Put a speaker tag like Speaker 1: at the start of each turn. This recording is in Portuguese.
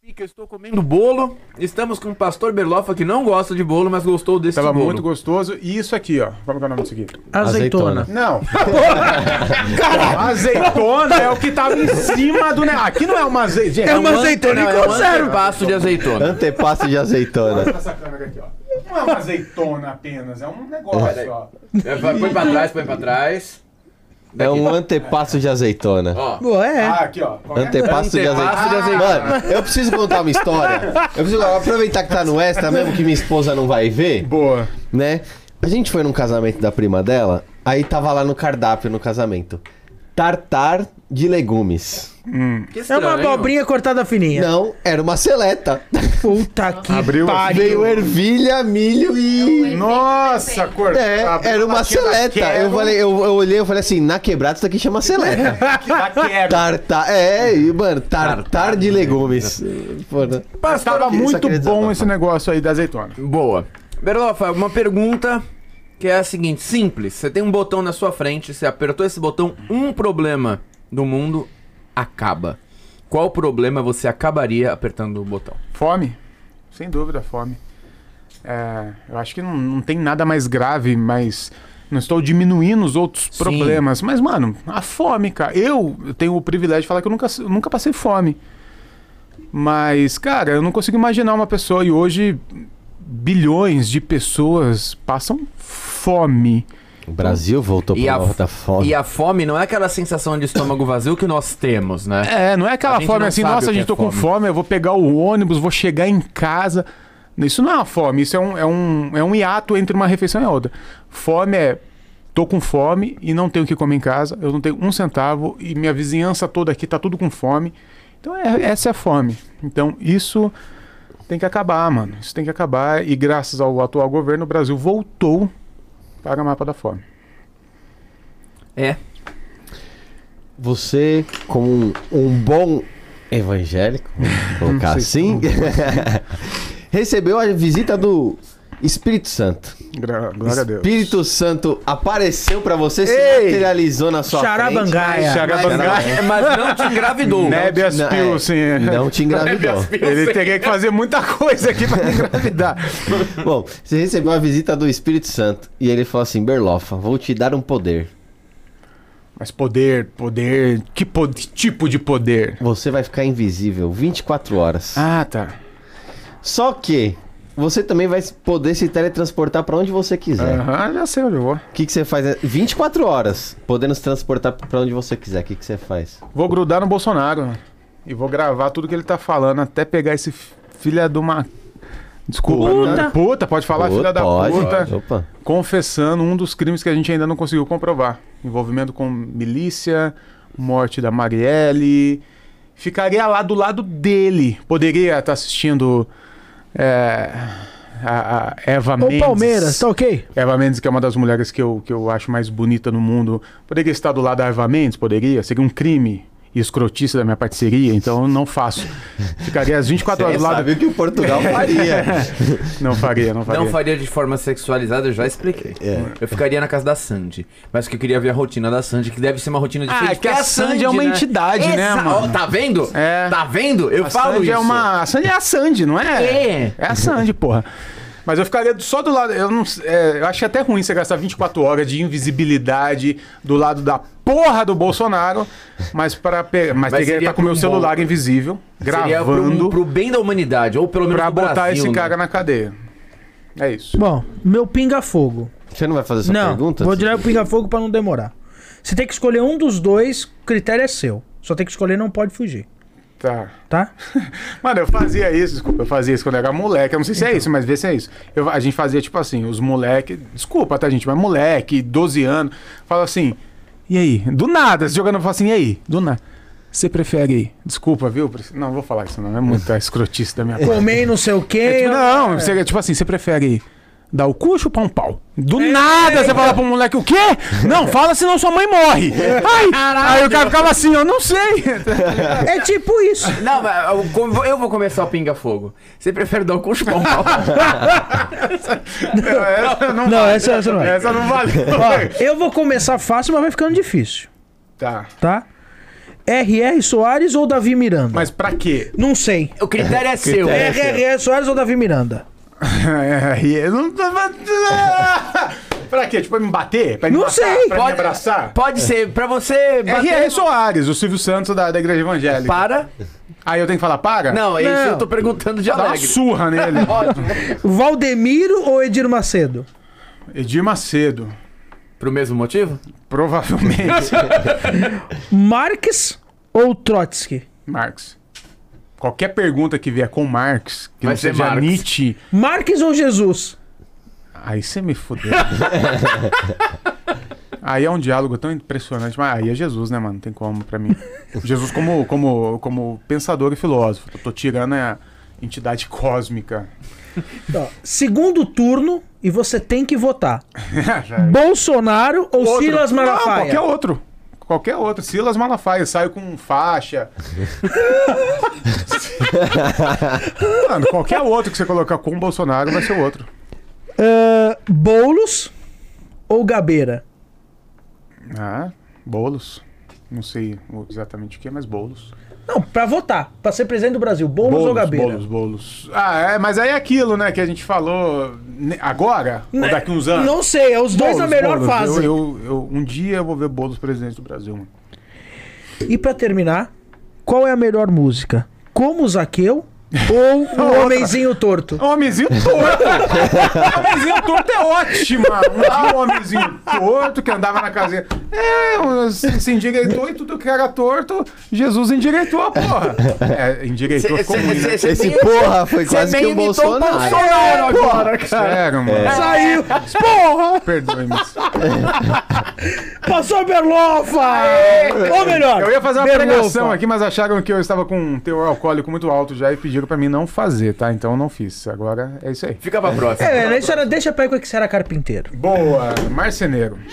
Speaker 1: Pica, eu estou comendo bolo. Estamos com o pastor Berlofa que não gosta de bolo, mas gostou desse
Speaker 2: Tava
Speaker 1: bolo.
Speaker 2: muito gostoso. E isso aqui, ó. Qual é o nome disso aqui?
Speaker 3: Azeitona.
Speaker 2: Não. Caralho.
Speaker 4: tá-
Speaker 2: Azeitona é o que tava em cima do... ne- Aqui não é uma azeitona.
Speaker 3: É uma azeitona
Speaker 1: Não,
Speaker 3: em
Speaker 1: é um
Speaker 3: conserva.
Speaker 1: antepasso de azeitona.
Speaker 4: Antepasso de azeitona.
Speaker 2: Essa câmera aqui, ó. Não é uma azeitona apenas, é um negócio, ó.
Speaker 1: É, vai- Põe pra trás, põe pra trás. tá
Speaker 4: É um antepasso de azeitona.
Speaker 1: Ó.
Speaker 3: Ué, é.
Speaker 2: Ah, aqui, ó. Qual é?
Speaker 4: Antepasso de
Speaker 1: Antepasso de
Speaker 4: azeitona.
Speaker 1: azeitona.
Speaker 4: Mano, eu preciso contar uma história. Eu preciso aproveitar que tá no extra, mesmo que minha esposa não vai ver,
Speaker 2: Boa.
Speaker 4: né? A gente foi num casamento da prima dela, aí tava lá no cardápio no casamento. Tartar de legumes.
Speaker 1: Que
Speaker 3: É
Speaker 1: estranho,
Speaker 3: uma
Speaker 1: hein,
Speaker 3: abobrinha cortada fininha.
Speaker 4: Não, era uma seleta.
Speaker 3: Puta que
Speaker 2: Abriu.
Speaker 4: Veio ervilha, milho e.
Speaker 2: Nossa, cor.
Speaker 4: É, era uma seleta. Eu, falei, eu, eu olhei e falei assim, na quebrada isso daqui chama seleta. Tartar, é, e, mano, tartar de legumes. Pô, né?
Speaker 1: Pastor,
Speaker 2: Tava
Speaker 1: aqui,
Speaker 4: só
Speaker 2: muito
Speaker 4: queria dizer,
Speaker 2: bom
Speaker 4: tá.
Speaker 2: esse negócio aí da azeitona.
Speaker 1: Boa. Berlofa, uma pergunta que é a seguinte, simples. Você tem um botão na sua frente, você apertou esse botão, um problema do mundo acaba. Qual problema você acabaria apertando o botão?
Speaker 2: Fome. Sem dúvida, fome. É, eu acho que não, não tem nada mais grave, mas não estou diminuindo os outros problemas. Mas, mano, a fome, cara. Eu tenho o privilégio de falar que eu nunca, eu nunca passei fome. Mas, cara, eu não consigo imaginar uma pessoa. E hoje, bilhões de pessoas passam fome.
Speaker 4: O Brasil voltou
Speaker 1: E
Speaker 4: pra
Speaker 1: a,
Speaker 4: uma da fome.
Speaker 1: e a fome não é aquela sensação de estômago vazio que nós temos, né?
Speaker 2: É, não é
Speaker 1: A
Speaker 2: aquela
Speaker 1: gente
Speaker 2: fome
Speaker 1: não
Speaker 2: assim,
Speaker 1: sabe o
Speaker 2: nossa,
Speaker 1: que
Speaker 2: gente,
Speaker 1: é
Speaker 2: tô com
Speaker 1: fome.
Speaker 2: fome, eu vou pegar o ônibus, vou chegar em casa. Isso não é uma fome, isso é um, é um, é um hiato entre uma refeição e a outra. Fome é, tô com fome e não tenho o que comer em casa, eu não tenho um centavo e minha vizinhança toda aqui tá tudo com fome. Então, é- essa é a fome. Então, isso tem que acabar, mano. Isso tem que acabar e graças ao atual governo, o Brasil voltou para o mapa da fome.
Speaker 1: É.
Speaker 4: Você, como um, um bom evangélico, vamos colocar assim, recebeu a visita do Espírito Santo.
Speaker 2: Gra- glória a Deus.
Speaker 4: Espírito Santo apareceu pra você, se
Speaker 1: Ei!
Speaker 4: materializou na sua frente.
Speaker 3: Charabangaia.
Speaker 2: Charabangai.
Speaker 1: Mas, É, mas não te engravidou.
Speaker 2: Nebias
Speaker 4: Não, é,
Speaker 2: Pilsen.
Speaker 4: Não te
Speaker 1: É
Speaker 4: engravidou.
Speaker 2: Ele teria que fazer muita coisa aqui pra me engravidar.
Speaker 4: Bom, você recebeu a visita do Espírito Santo e ele falou assim: Berlofa, vou te dar um poder.
Speaker 2: Mas poder, poder. Que po- que tipo de poder?
Speaker 4: Você vai ficar invisível 24 horas.
Speaker 2: Ah, tá.
Speaker 4: Só que você também vai poder se teletransportar pra onde você quiser.
Speaker 2: Aham, já sei onde eu vou.
Speaker 4: O que, que você faz? É 24 horas, podendo se transportar pra onde você quiser. O que, que você faz?
Speaker 2: Vou grudar no Bolsonaro mano, e vou gravar tudo que ele tá falando até pegar esse fi- filha de uma. Desculpa,
Speaker 3: Puta.
Speaker 2: não- puta, pode falar,
Speaker 4: Ô,
Speaker 2: filha da
Speaker 4: pode,
Speaker 2: puta.
Speaker 4: pode. Opa.
Speaker 2: Confessando um dos crimes que a gente ainda não conseguiu comprovar: envolvimento com milícia, morte da Marielle. Ficaria lá do lado dele. Poderia estar assistindo. é, a, a Eva
Speaker 3: Ô,
Speaker 2: Mendes.
Speaker 3: Palmeiras, tá ok?
Speaker 2: Eva Mendes, que é uma das mulheres que eu, que eu acho mais bonita no mundo, poderia estar do lado da Eva Mendes? Poderia? Seria um crime e escrotista da minha parceria, então eu não faço. Ficaria às 24 horas Tá do lado.
Speaker 4: Sabia que o Portugal faria.
Speaker 2: Não faria, não faria.
Speaker 1: Não faria de forma sexualizada, eu já expliquei.
Speaker 2: É.
Speaker 1: Eu ficaria na casa da Sandy. Mas que eu queria é ver a rotina da Sandy, que deve ser uma rotina diferente.
Speaker 2: é
Speaker 1: porque
Speaker 2: que a Sandy é uma entidade, né,
Speaker 1: Exa-
Speaker 2: mano?
Speaker 1: Ó, Tá vendo?
Speaker 2: É.
Speaker 1: Tá vendo? Eu
Speaker 2: a
Speaker 1: falo
Speaker 2: Sandy
Speaker 1: isso.
Speaker 2: é uma. A Sandy é a Sandy, não é?
Speaker 1: É.
Speaker 2: É a Sandy, porra. Mas eu ficaria só do lado. Eu, não, é, eu achei até ruim você gastar 24 horas de invisibilidade do lado da porra do Bolsonaro, mas para pe... mas, teria
Speaker 1: seria
Speaker 2: que estar com o meu
Speaker 1: pro
Speaker 2: celular
Speaker 1: bom.
Speaker 2: invisível,
Speaker 1: Seria pro-
Speaker 2: gravando.
Speaker 1: Pro, bem da humanidade, ou pelo menos
Speaker 2: Pra
Speaker 1: do
Speaker 2: botar
Speaker 1: Brasil,
Speaker 2: esse
Speaker 1: né?
Speaker 2: cara na cadeia. É isso.
Speaker 3: Bom, meu pinga-fogo.
Speaker 4: Você não vai fazer essa
Speaker 3: Não,
Speaker 4: pergunta?
Speaker 3: vou tirar o pinga-fogo pra não demorar. Você tem que escolher um dos dois, o critério é seu. Só tem que escolher, não pode fugir,
Speaker 2: Tá.
Speaker 3: tá?
Speaker 2: Mano, eu fazia isso, desculpa, eu fazia isso quando eu era moleque. Eu não sei se é isso, mas vê se é isso. Eu- a gente fazia, tipo assim, os moleque. Desculpa, tá, gente? Mas moleque, 12 anos, fala assim. E aí? Do nada, se jogando, fala assim, e aí? Do nada. Você prefere. Desculpa, viu? Pris- Não, não vou falar isso, não. É muito escrotista da minha parte.
Speaker 3: Comer não sei o quê.
Speaker 2: É tipo,
Speaker 3: eu-
Speaker 2: não, você, tipo assim, você prefere dar o cu ou chupar um pau? Do nada você fala pro moleque o quê? Não, fala senão sua mãe morre. Ai, aí o cara ficava assim, eu não sei.
Speaker 3: É tipo isso.
Speaker 1: Não, mas eu com- eu vou começar o pinga-fogo. Você prefere dar o cu ou chupar um pau?
Speaker 2: essa não,
Speaker 3: Não, essa, essa não é.
Speaker 2: essa não valeu.
Speaker 3: Eu vou começar fácil, mas vai ficando difícil,
Speaker 2: tá.
Speaker 3: tá? R.R. Soares ou Davi Miranda?
Speaker 2: Mas pra quê?
Speaker 3: Não sei.
Speaker 1: O critério é seu.
Speaker 2: critério.
Speaker 1: É.
Speaker 3: R.R. Soares ou Davi Miranda?
Speaker 2: Eu não tava- pra quê? Tipo, pra me bater? Pra me
Speaker 3: Não
Speaker 2: matar?
Speaker 3: sei.
Speaker 2: é Pra me
Speaker 1: Pode,
Speaker 2: abraçar? É,
Speaker 1: pode ser. Pra você. bater-
Speaker 2: R.R. Soares, o Silvio Santos da, da Igreja Evangélica.
Speaker 1: Para.
Speaker 2: Aí eu tenho que falar, para?
Speaker 1: Não, é isso
Speaker 3: Não.
Speaker 1: eu tô perguntando de
Speaker 2: Dá uma
Speaker 1: alegre.
Speaker 2: surra nele.
Speaker 3: Valdemiro ou Edir Macedo?
Speaker 2: Edir Macedo.
Speaker 1: Pro mesmo motivo?
Speaker 2: Provavelmente.
Speaker 3: Marx ou Trotsky?
Speaker 2: Marx. Qualquer pergunta que vier com Marx, que
Speaker 1: Vai
Speaker 2: não
Speaker 1: ser
Speaker 2: seja
Speaker 1: Marx.
Speaker 2: Nietzsche,
Speaker 3: Marx ou Jesus?
Speaker 2: aí você me fodeu. aí é um diálogo tão impressionante. Mas aí é Jesus, né, mano? Não tem como pra mim. Jesus como, como, como pensador e filósofo. Eu tô tirando a entidade cósmica.
Speaker 3: Ó, segundo turno e você tem que votar. Bolsonaro ou
Speaker 2: é Outro.
Speaker 3: Silas
Speaker 2: Não,
Speaker 3: Malafaia?
Speaker 2: qualquer outro. Qualquer outro. Silas Malafaia. Saio com faixa. Mano, qualquer outro que você colocar com o Bolsonaro vai ser o outro. um.
Speaker 3: Ah, Boulos ou Gabeira?
Speaker 2: Ah, bolos. Não sei exatamente o que, é, mas bolos.
Speaker 3: Não, pra votar. Pra ser presidente do Brasil. Boulos, ou Gabeira?
Speaker 2: bolos, bolos. Ah, é, mas aí é aquilo, né, que a gente falou ne- agora? Ou daqui uns anos?
Speaker 3: Não sei, é os dois
Speaker 2: Boulos,
Speaker 3: na melhor
Speaker 2: Boulos.
Speaker 3: fase.
Speaker 2: Eu, eu- eu- um dia eu vou ver bolos presidente do Brasil, mano.
Speaker 3: E pra terminar, qual é a melhor música? Como Zaqueu ou O Homenzinho Torto?
Speaker 2: Um Homenzinho torto! homenzinho torto é ótimo! Um dia um homenzinho torto que andava na casinha. É, um- se endireitou e tudo que era torto, Jesus endireitou a porra. É, endireitou, ficou ruim, né?
Speaker 4: Esse porra foi
Speaker 1: é
Speaker 4: quase que o
Speaker 3: um
Speaker 4: Bolsonaro. É,
Speaker 1: agora, cara.
Speaker 2: Sério, mano.
Speaker 3: Saiu!
Speaker 2: É.
Speaker 3: Porra!
Speaker 2: Perdoe, mas...
Speaker 3: Passou a berlofa! Ou melhor,
Speaker 2: Eu ia fazer uma
Speaker 3: berlofa.
Speaker 2: pregação aqui, mas acharam que eu estava com um teor alcoólico muito alto já e pediram pra mim não fazer, tá? Então eu não fiz. Agora é isso aí.
Speaker 1: Fica pra próxima.
Speaker 3: É, né, isso era, deixa pra ir com o que você era carpinteiro.
Speaker 2: Boa, marceneiro.